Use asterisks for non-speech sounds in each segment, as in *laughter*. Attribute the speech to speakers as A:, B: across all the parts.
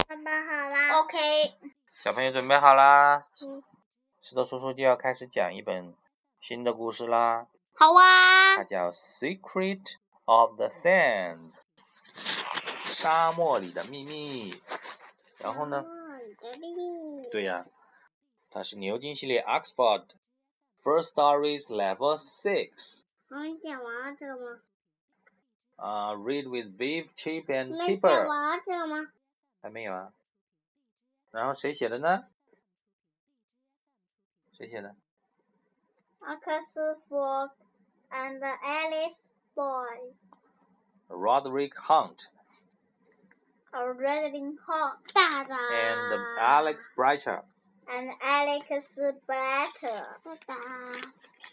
A: 备好啦。
B: OK，
C: 小朋友准备好啦？
A: 嗯
C: 石头叔叔就要开始讲一本新的故事啦，
B: 好啊
C: 它，叫《Secret of the Sands》，沙漠里的秘密。然后呢？
A: 哦你的秘密
C: 对呀、它是牛津系列 Oxford First Stories Level Six
A: 我们讲完了这个吗？
C: 啊、r e a d with Viv, Chip
A: 我
C: and
A: 们讲
C: Chipper
A: 完了这个吗？
C: 还没有啊？然后谁写的呢？谁写的？
A: Oxford and Alice Boy,
C: Roderick Hunt
A: a reading hall. 大大。
C: and
A: Ah.
C: Alex Brighter。
A: And Alex Blatter. 大大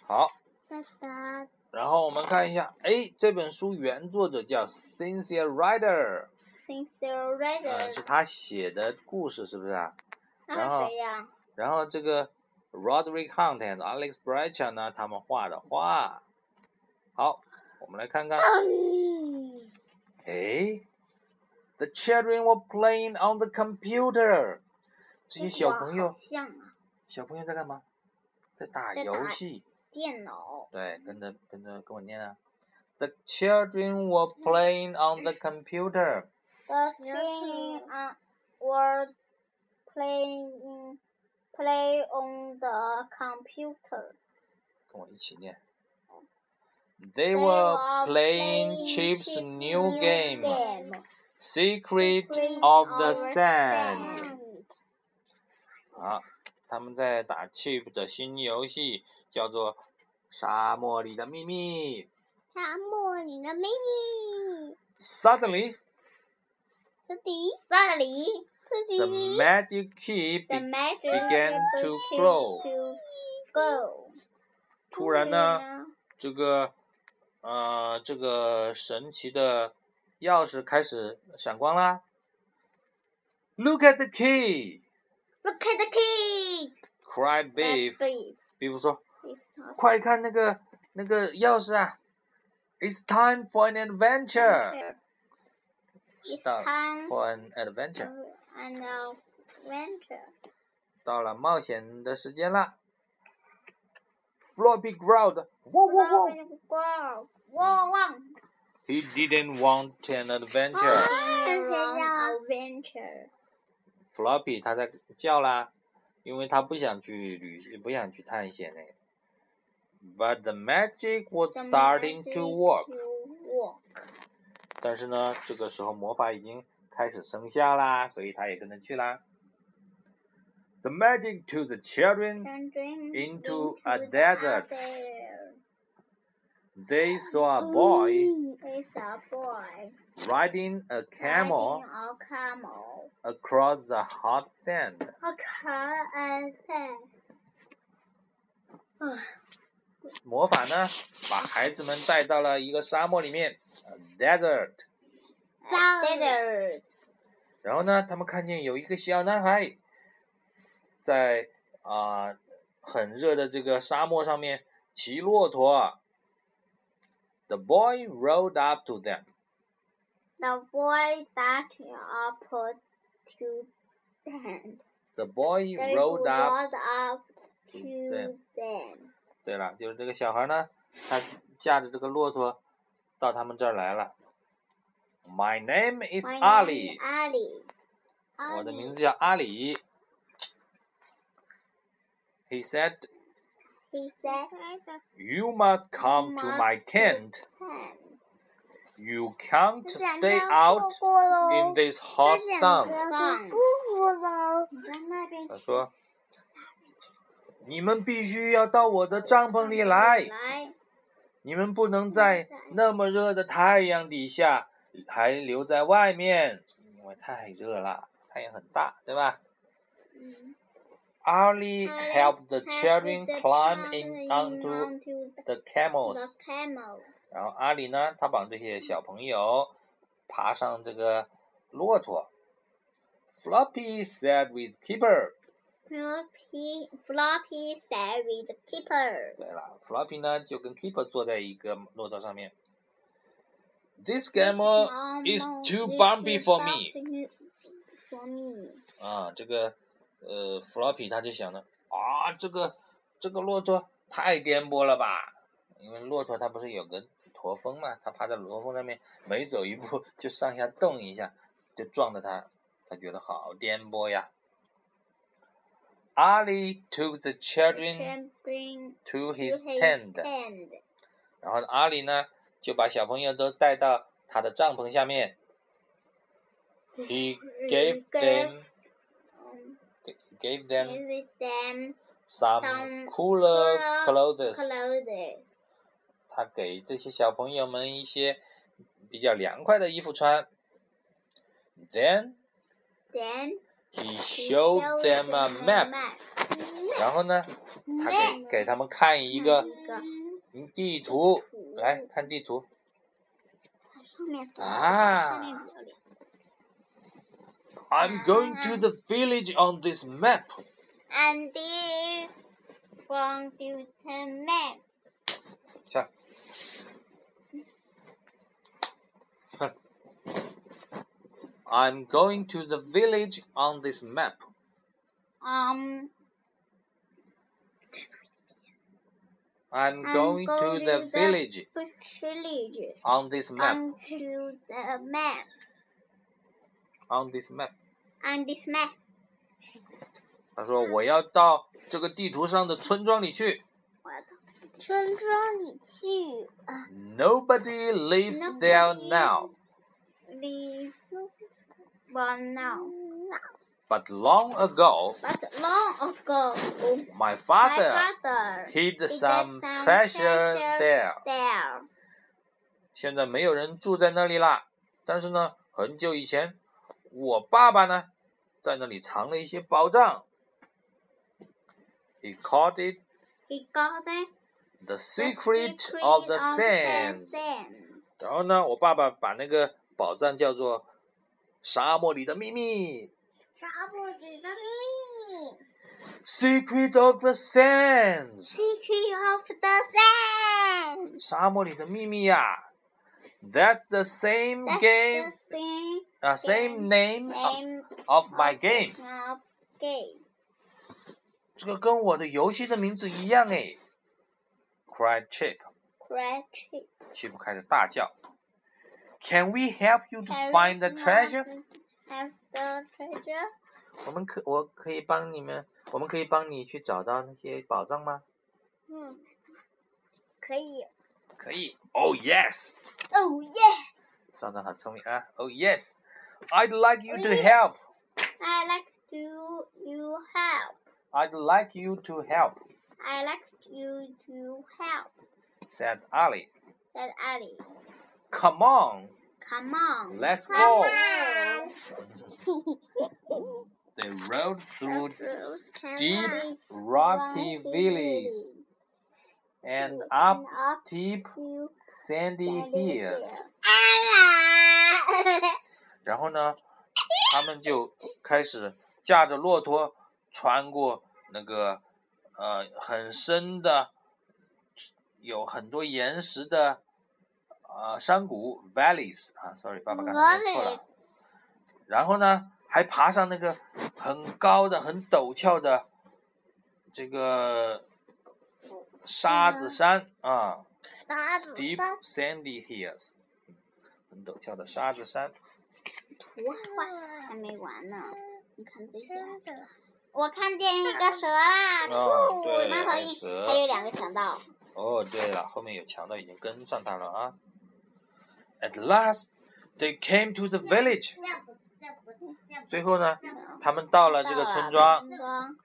C: 好，
A: 大大。
C: 然后我们看一下，哎，这本书原作者叫 Cynthia Ryder，
A: Sincere
C: 嗯、
A: reading。
C: 是她写的故事，是不是啊？然
A: 那
C: 后
A: 谁呀？
C: 然后这个 Roderick Hunt 和 Alex Brighter 呢，他们画的画。好，我们来看看，
A: 嗯
C: 哎，The children were playing on the computer。这些小朋
A: 哇
C: 友
A: 好，像啊，
C: 小朋友在干嘛？在打
A: 在打
C: 游戏。
A: 电脑。
C: 对，跟着跟着跟我念啊。The children were playing on the computer.
A: The
B: 你要是
A: children are were playing play on the computer.
C: 跟我一起念。They
A: were
C: were playing
A: playing
C: Chip's
A: Chip's
C: new
A: new
C: game,
A: game,
C: Secret
A: Secret of
C: of the
A: the
C: Sands。
A: Sands
C: 啊，他们在打 Chip 的新游戏，叫做《沙漠里的秘密》。
A: 沙漠里的秘密。
C: Suddenly,
A: 这里，这里，这
C: the
A: 里。
C: magic key
A: The
C: be-
A: magic
C: began to
A: begin
C: glow.
A: to glow.
C: 突然呢，这个，呃，这个神奇的钥匙开始闪光啦。Look at the key!
A: Look at the key.
C: cried Beef.
A: Beef.
C: 比如说，
A: Beef.
C: 快看那个那个钥匙啊！It's time for an adventure.
A: It's
C: 到
A: time
C: for an adventure，
A: for an adventure.
C: 到了冒险的时间啦。Floppy growled, "Whoa, whoa, whoa!"
A: Wow, wow, wow.
C: He didn't want an adventure.
A: 啊，adventure.
C: Floppy 他在叫啦，因为他不想去旅，不想去探险嘞。But the magic was
A: The
C: starting
A: magic
C: to work.
A: to walk.
C: 但是呢，这个时候魔法已经开始生效啦，所以他也跟着去啦。The magic to the children,
A: Children
C: Into
A: the
C: a desert.
A: desert.
C: they saw a boy
A: It's a boy.
C: riding a camel
A: Riding a camel.
C: across the hot sand.
A: A car and sand. 啊
C: 魔法呢，把孩子们带到了一个沙漠里面，a，desert。
A: ，desert.
C: 然后呢，他们看见有一个小男孩在啊、很热的这个沙漠上面骑骆驼。The boy rode up to them.
A: The boy darted up to them.
C: The boy
A: They
C: rode up.
A: rode up
C: to
A: to
C: them.
A: them.
C: 对了，就是这个小孩呢，他驾着这个骆驼到他们这儿来了。My name is
A: My name
C: Ali.
A: is Ali.
C: 我的名字叫阿里。He said,
A: He said,
C: "You must come to my tent." You can't stay out in this hot sun。
A: sun.
C: 他说：“你们必须要到我的帐篷里来，你们不能在那么热的太阳底下还留在外面，因为太热了，太阳很大，对吧？” Ali helped the children climb in onto the
A: the
C: camels。
A: camels.
C: 然后阿里呢，他帮这些小朋友爬上这个骆驼。Floppy said with Keeper。
A: Floppy, Floppy said with the keeper.
C: 对了，Floppy 呢就跟 Keeper 坐在一个骆驼上面。This camel is too bumpy for me。
A: 蜂蜜。
C: 啊，这个呃，Floppy 他就想着啊，这个这个骆驼太颠簸了吧？因为骆驼它不是有个驼峰嘛，它趴在驼峰上面，每走一步就上下动一下，就撞得它，它觉得好颠簸呀。Ali took the children
A: Children
C: to
A: to
C: his
A: his
C: tent，
A: hand.
C: 然后阿里呢就把小朋友都带到他的帐篷下面。He 嗯 gave 嗯 them
A: um,
C: gave them
A: Gave them
C: some
A: some
C: cooler clothes，
A: clothes.
C: 他给这些小朋友们一些比较凉快的衣服穿。Then
A: Then
C: he
A: he
C: showed them a map，
A: map.
C: 然后呢，他给给他们看一
A: 个
C: 个地图，来看地图。
A: 上面
C: 啊
A: 上面比较凉。
C: I'm going to the village on this map。
A: And they from the map.
C: 下。I'm going to the village on this map。
A: Um,
C: I'm going to the village
A: village
C: on this map.
A: Um, onto the map.
C: On this map，
A: On this map.
C: 他说我要到这个地图上的村庄里去。
A: 村庄里去。
C: Nobody lives there now,
A: The one now.
C: but long ago,
A: But long ago, oh,
C: my
A: my
C: father
A: father
C: hid
A: hid
C: some treasure there.
A: there.
C: 现在没有人住在那里啦。但是呢，很久以前，我爸爸呢，在那里藏了一些宝藏。He called it
A: He got it.
C: the
A: the
C: secret of the sands.
A: sands.
C: 然后呢，我爸爸把那个宝藏叫做沙漠里的秘密
A: 沙漠里的秘密。
C: （Secret of the Sands），
A: Secret of the sands.
C: 沙漠里的秘密呀、That's the same
A: That's
C: game,
A: the same
C: uh, same name of,
A: name
C: of my game.
A: of game.
C: 这个跟我的游戏的名字一样哎！Cried Chip。
A: Treasure.
C: 西部开始大叫：“Can we help you to find the treasure？”
A: Have the treasure.
C: 我们可我可以帮你们，我们可以帮你去找到那些宝藏吗？
A: 嗯，可以。
C: 可以。Oh yes，
A: Oh yeah,
C: 壮壮好聪明啊！Oh yes，I'd like you to
A: Oui.
C: help.
A: I like to you help.
C: I'd like you to help,"
A: I like you to help.
C: said Ali.
A: Said Ali.
C: "Come on,
A: Come *laughs* on.
C: let's
A: Come
C: go."
A: on.
C: They rode through
A: Rose, come
C: deep
A: on.
C: rocky valleys and up steep
A: You
C: sandy hills.
A: *laughs* 啊！
C: 然后呢，他们就开始驾着骆驼穿过那个呃很深的、有很多岩石的呃山谷 （valleys） 啊，sorry，爸爸刚才念错了。然后呢，还爬上那个很高的、很陡峭的这个沙子山啊
A: 沙子
C: ，steep
A: 沙
C: sandy hills，很陡峭的沙子山。
A: 图画还没完呢，你看这些。我看见一个蛇啦，
C: 哦
A: 兔，
C: 对
A: 猫头
C: 有
A: 鹰，
C: 蛇
A: 还有两个强盗。
C: 哦，对了，后面有强盗已经跟上他了啊。At last, they came to the village。最后呢，他们到了这个村庄。
A: 村庄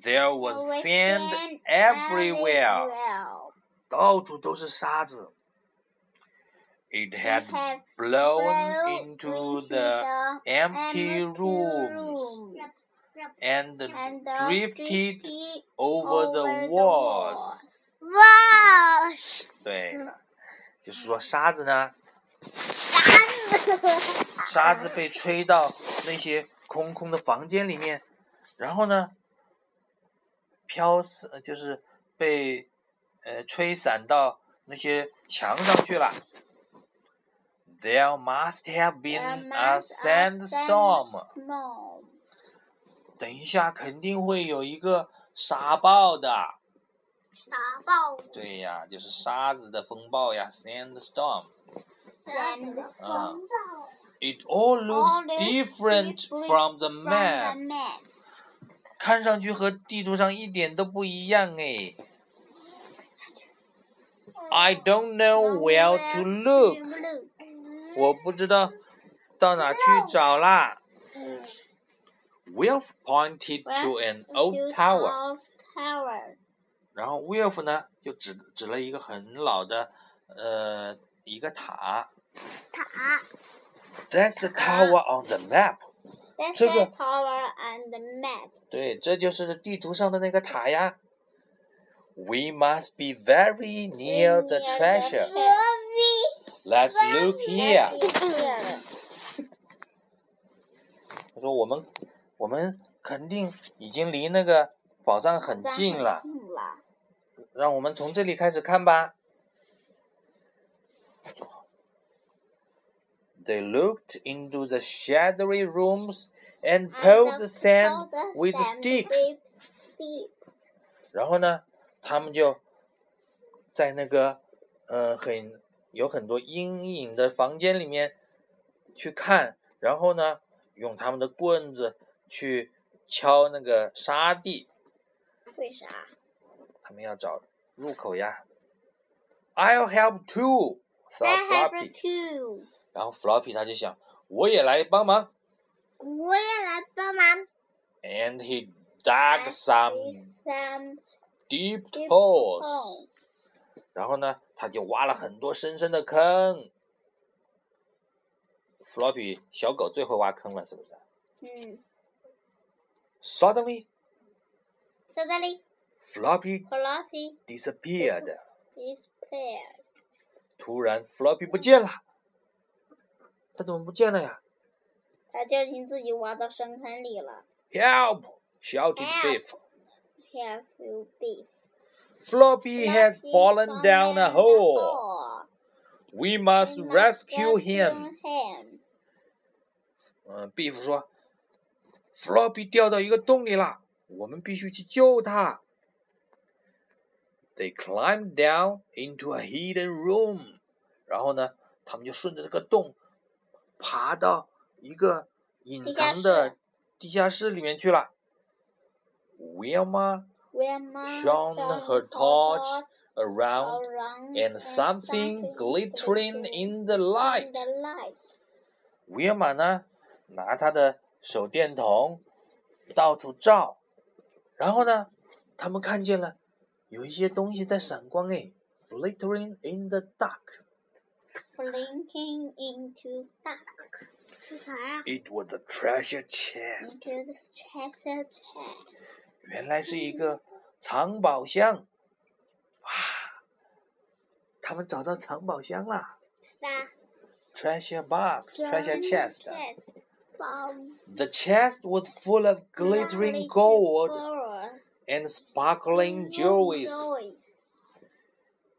C: There was
A: Always
C: sand
A: sand
C: everywhere，到处都是沙子。It had
A: It had
C: blown into the empty rooms
A: rooms
C: and
A: and
C: drifted
A: drifted
C: over the walls。
A: walls.
C: 对了，就是说沙子呢，沙子被吹到那些空空的房间里面，然后呢，飘散就是被呃吹散到那些墙上去了。 There must have been a
A: sandstorm.
C: sandstorm。等一下肯定会有一个沙暴的。
A: 沙暴
C: 对呀，就是沙子的风暴呀，sandstorm。
A: ，sandstorm。
C: It all
A: All
C: looks
A: looks
C: different
A: different
C: from the
A: From the
C: map。
A: map，
C: 看上去和地图上一点都不一样哎。I don't know where to look。我不知道到哪去找啦。Wilf pointed to an old tower。
A: Old tower。
C: 然后 Wilf 呢，就指指了一个很老的呃一个塔。
A: 塔。
C: That's the tower on the map。
A: That's
C: 这个
A: the tower and the map。
C: 对，这就是地图上的那个塔呀。We must be very near the treasure. Let's look here. 他说我们我们肯定已经离那个宝藏很近了，
A: 近了。
C: 让我们从这里开始看吧。They looked into the shadowy rooms and pulled the sand with sticks。然后呢，他们就在那个呃很有很多阴影的房间里面去看，然后呢，用他们的棍子去敲那个沙地，
A: 为啥？
C: 他们要找入口呀。I'll help too, thought
A: have
C: Floppy。
A: two。
C: 然后 Floppy 他就想，我也来帮忙。
A: 我也来帮忙。
C: And he dug some
A: some
C: deep
A: deep
C: holes. 然后呢，他就挖了很多深深的坑。Floppy 小狗最会挖坑了，是不是 Hmm.
A: 嗯
C: ？Suddenly,
A: ，suddenly
C: Floppy
A: Fluffy
C: disappeared.
A: disappeared。
C: 突然，Floppy 不见了。他怎么不见了呀
A: 他掉进自己挖的深坑里了。
C: ？Help! shouted
A: Help.
C: Biff.
A: Here you be.
C: Floppy had fallen down a hole. We must
A: Must
C: rescue him. 嗯，Biff 说，Floppy 掉到一个洞里了，我们必须去救他。They climbed down into a hidden room，然后呢，他们就顺着这个洞爬到一个隐藏的地下室里面去了。Wilma
A: Grandma
C: shone her torch around
A: around
C: and something glittering in the
A: in
C: light。
A: the light.
C: 维尔玛呢，拿他的手电筒到处照，然后呢，他们看见了有一些东西在闪光，哎，flittering in the dark。
A: Blinking into dark. 是啥呀
C: It was a treasure chest，
A: ？Into the treasure chest.
C: 原来是一个藏宝箱。哇，他们找到藏宝箱啦
A: 啥
C: ！Treasure box，treasure chest。啊
A: 宝
C: The chest was full of glittering gold and sparkling jewels.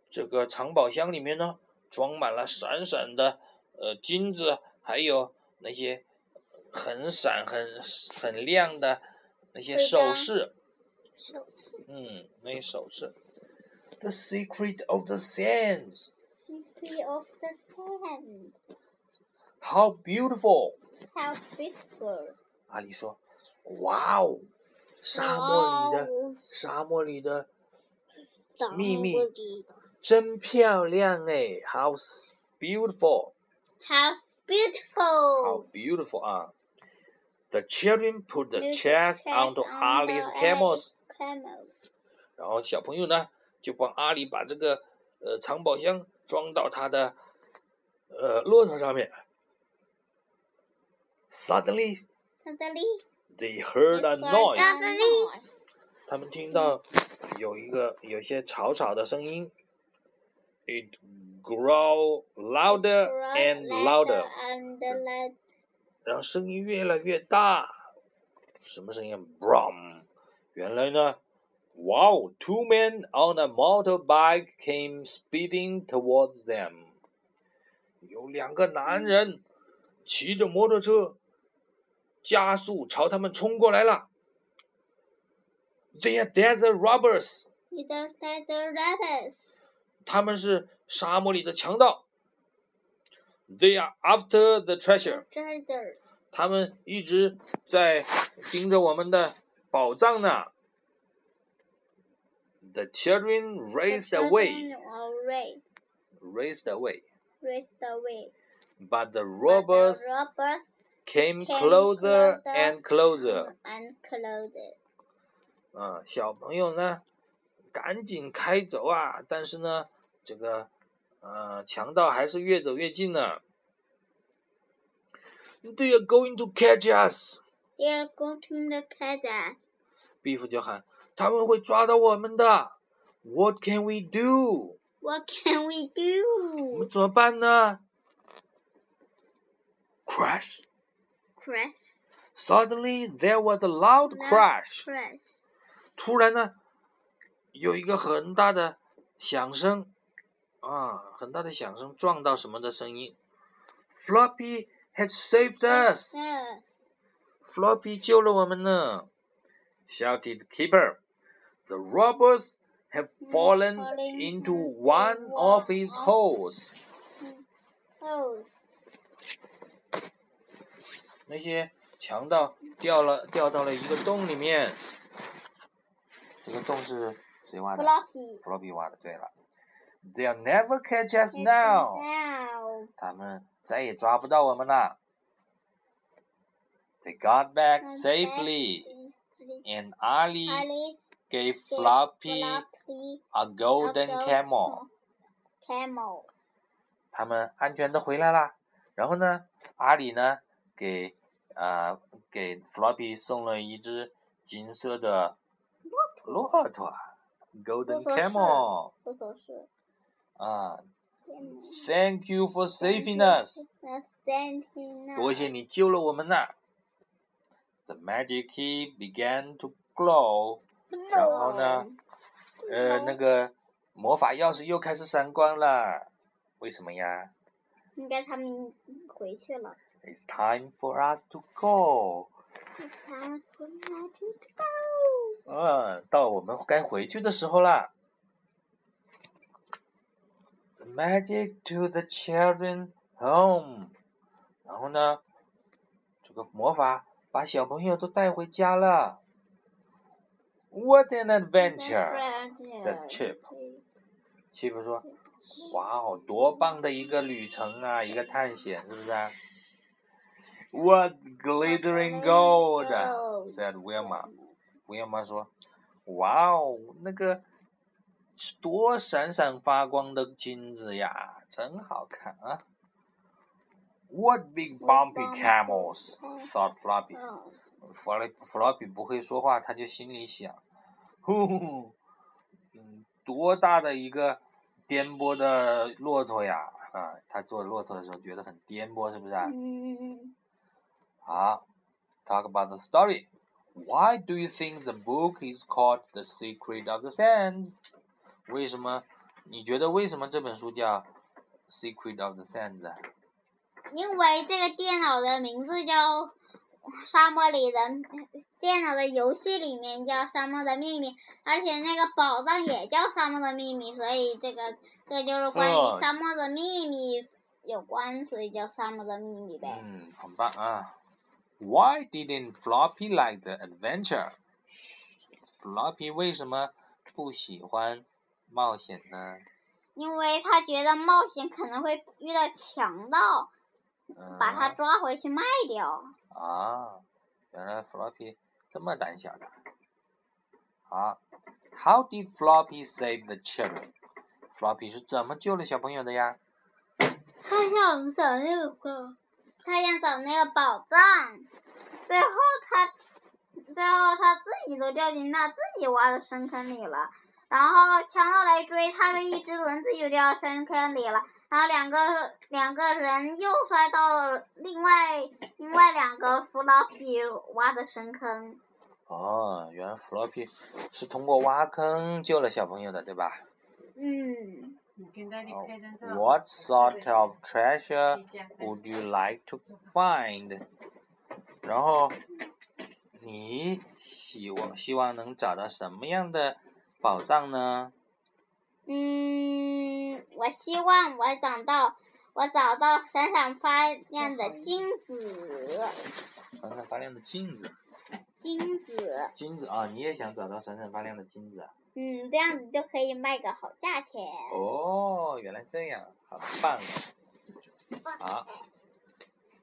C: 这个藏宝箱里面呢，装满了闪闪的呃金子，还有那些很闪很很亮的那些首饰，嗯，那些首饰。The secret of the sands,
A: Secret of the sand.
C: how beautiful！
A: How beautiful.
C: 阿丽说：“哇哦，沙漠里的
A: 哦
C: 沙漠里的秘密真漂亮哎，How beautiful！”
A: How
C: How
A: beautiful.
C: beautiful 啊！The children put
A: Put
C: the
A: the
C: chest
A: chest
C: onto
A: onto
C: Ali's
A: Ali's
C: camels，
A: Camels.
C: 然后小朋友呢就帮阿里把这个呃藏宝箱装到他的呃骆驼上面。Suddenly
A: Suddenly,
C: they heard a
A: they heard a
C: noise，
A: noise.
C: 他们听到有一个有些吵吵的声音。It grow louder Uh, and louder，
A: And louder.
C: 然后声音越来越大，什么声音？Brum！原来呢，Wow! Two men on a motorbike came speeding towards them。有两个男人骑着摩托车，加速朝他们冲过来了。They are desert robbers，
A: Either side the rabbits.
C: 他们是沙漠里的强盗。They are after the treasure，
A: Treasures.
C: 他们一直在盯着我们的宝藏呢。The children raced away,
A: Away.
C: raced away,
A: Raced away. But
C: but the
A: the
C: robbers
A: Robbers came
C: came
A: closer
C: closer and closer.
A: and closes.
C: 啊，小朋友呢，赶紧开走啊！但是呢，这个呃，强盗还是越走越近呢。They are going to catch us，
A: They are going to the casa.
C: 毕福就喊：“他们会抓到我们的。”What can we do？
A: What can we
C: 我
A: do?
C: 们怎么办呢？Crash!
A: Crash.
C: Suddenly there was a loud
A: Loud
C: crash.
A: Crash.
C: 突然呢，有一个很大的响声，啊，很大的响声撞到什么的声音。Floppy has saved us.
A: Yes.
C: Floppy 救了我们呢。Shouted keeper. The robbers have fallen
A: falling
C: into
A: into
C: one of
A: one
C: his
A: of-
C: holes.
A: Oh.
C: 那些强盗掉了，掉到了一个洞里面。这个洞是谁挖的
A: Floppy.
C: 弗洛比挖的。对了，They'll never catch us
A: It's
C: now。
A: Now.
C: 他们再也抓不到我们了。They got back safely, and Ali
A: Alice
C: gave
A: gave
C: Floppy
A: Floppy
C: a
A: a
C: golden
A: gold
C: camel。
A: Camel.
C: 他们安全的回来啦。然后呢，阿里呢给呃给 Floppy 送了一只金色的骆驼，Golden
A: 骆驼是
C: Camel
A: 不合适。
C: 啊。
A: 天哪
C: Thank you for saving us，多谢。你救了我们呐。The magic key began to glow，然后呢，呃，那个魔法钥匙又开始闪光了，为什么呀？
A: 应该他们回去了。
C: It's time for us to go。
A: 他们是哪只
C: 嗯，到我们该回去的时候啦。The magic to the children home。然后呢，这个魔法把小朋友都带回家了。What an adventure！said Chip.
A: Oh.
C: c h 说：“哇哦，多棒的一个旅程啊，一个探险，是不是啊？”What glittering gold!
A: Gold.
C: said Wilma. 我要妈说：“哇哦，那个多闪闪发光的金子呀，真好看啊！”What big bumpy camels? thought Floppy.
A: 哦，
C: 弗洛弗洛比不会说话，他就心里想：“呼呼，嗯，多大的一个颠簸的骆驼呀！”啊，他坐骆驼的时候觉得很颠簸，是不是啊？
A: 嗯，
C: 好，talk about the story. Why do you think the book is called The Secret of the Sand? 为什么？你觉得为什么这本书叫《Secret of the Sand》啊？
A: 因为这个电脑的名字叫《沙漠里的》，电脑的游戏里面叫《沙漠的秘密》，而且那个宝藏也叫《沙漠的秘密》，所以这个这就是关
C: 哦
A: 于沙漠的秘密有关，所以叫《沙漠的秘密》呗。
C: 嗯，很棒啊。Why didn't Floppy like the adventure? Floppy 为什么不喜欢冒险呢？
A: 因为他觉得冒险可能会遇到强盗，
C: 嗯、
A: 把他抓回去卖掉。
C: 啊，原来 Floppy 这么胆小的。好，How did Floppy save the children? Floppy 是怎么救了小朋友的呀？
A: 他想找那个宝，他想找那个宝藏，最后他，最后他自己都掉进那自己挖的深坑里了。然后强盗来追他的一只轮子就掉深坑里了，然后两个两个人又摔到了另外另外两个弗老皮挖的深坑。
C: 哦，原来 Floppy 是通过挖坑救了小朋友的，对吧？
A: 嗯，
C: What sort of treasure would you like to find？然后你希望希望能找到什么样的宝藏呢？
A: 嗯，我希望我找到我找到闪闪发亮嗯的金子，
C: 闪闪发亮的镜子，
A: 金子，
C: 金子啊，你也想找到闪闪发亮的金子啊？
A: 嗯，这样子就可以卖个好价钱。
C: 哦，原来这样，好棒啊！好，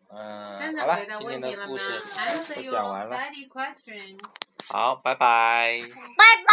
C: 嗯，好了，今天的故事
B: Answer
C: 都
B: your
C: 讲完了，
B: daddy question.
C: 好，拜拜。
A: 拜拜。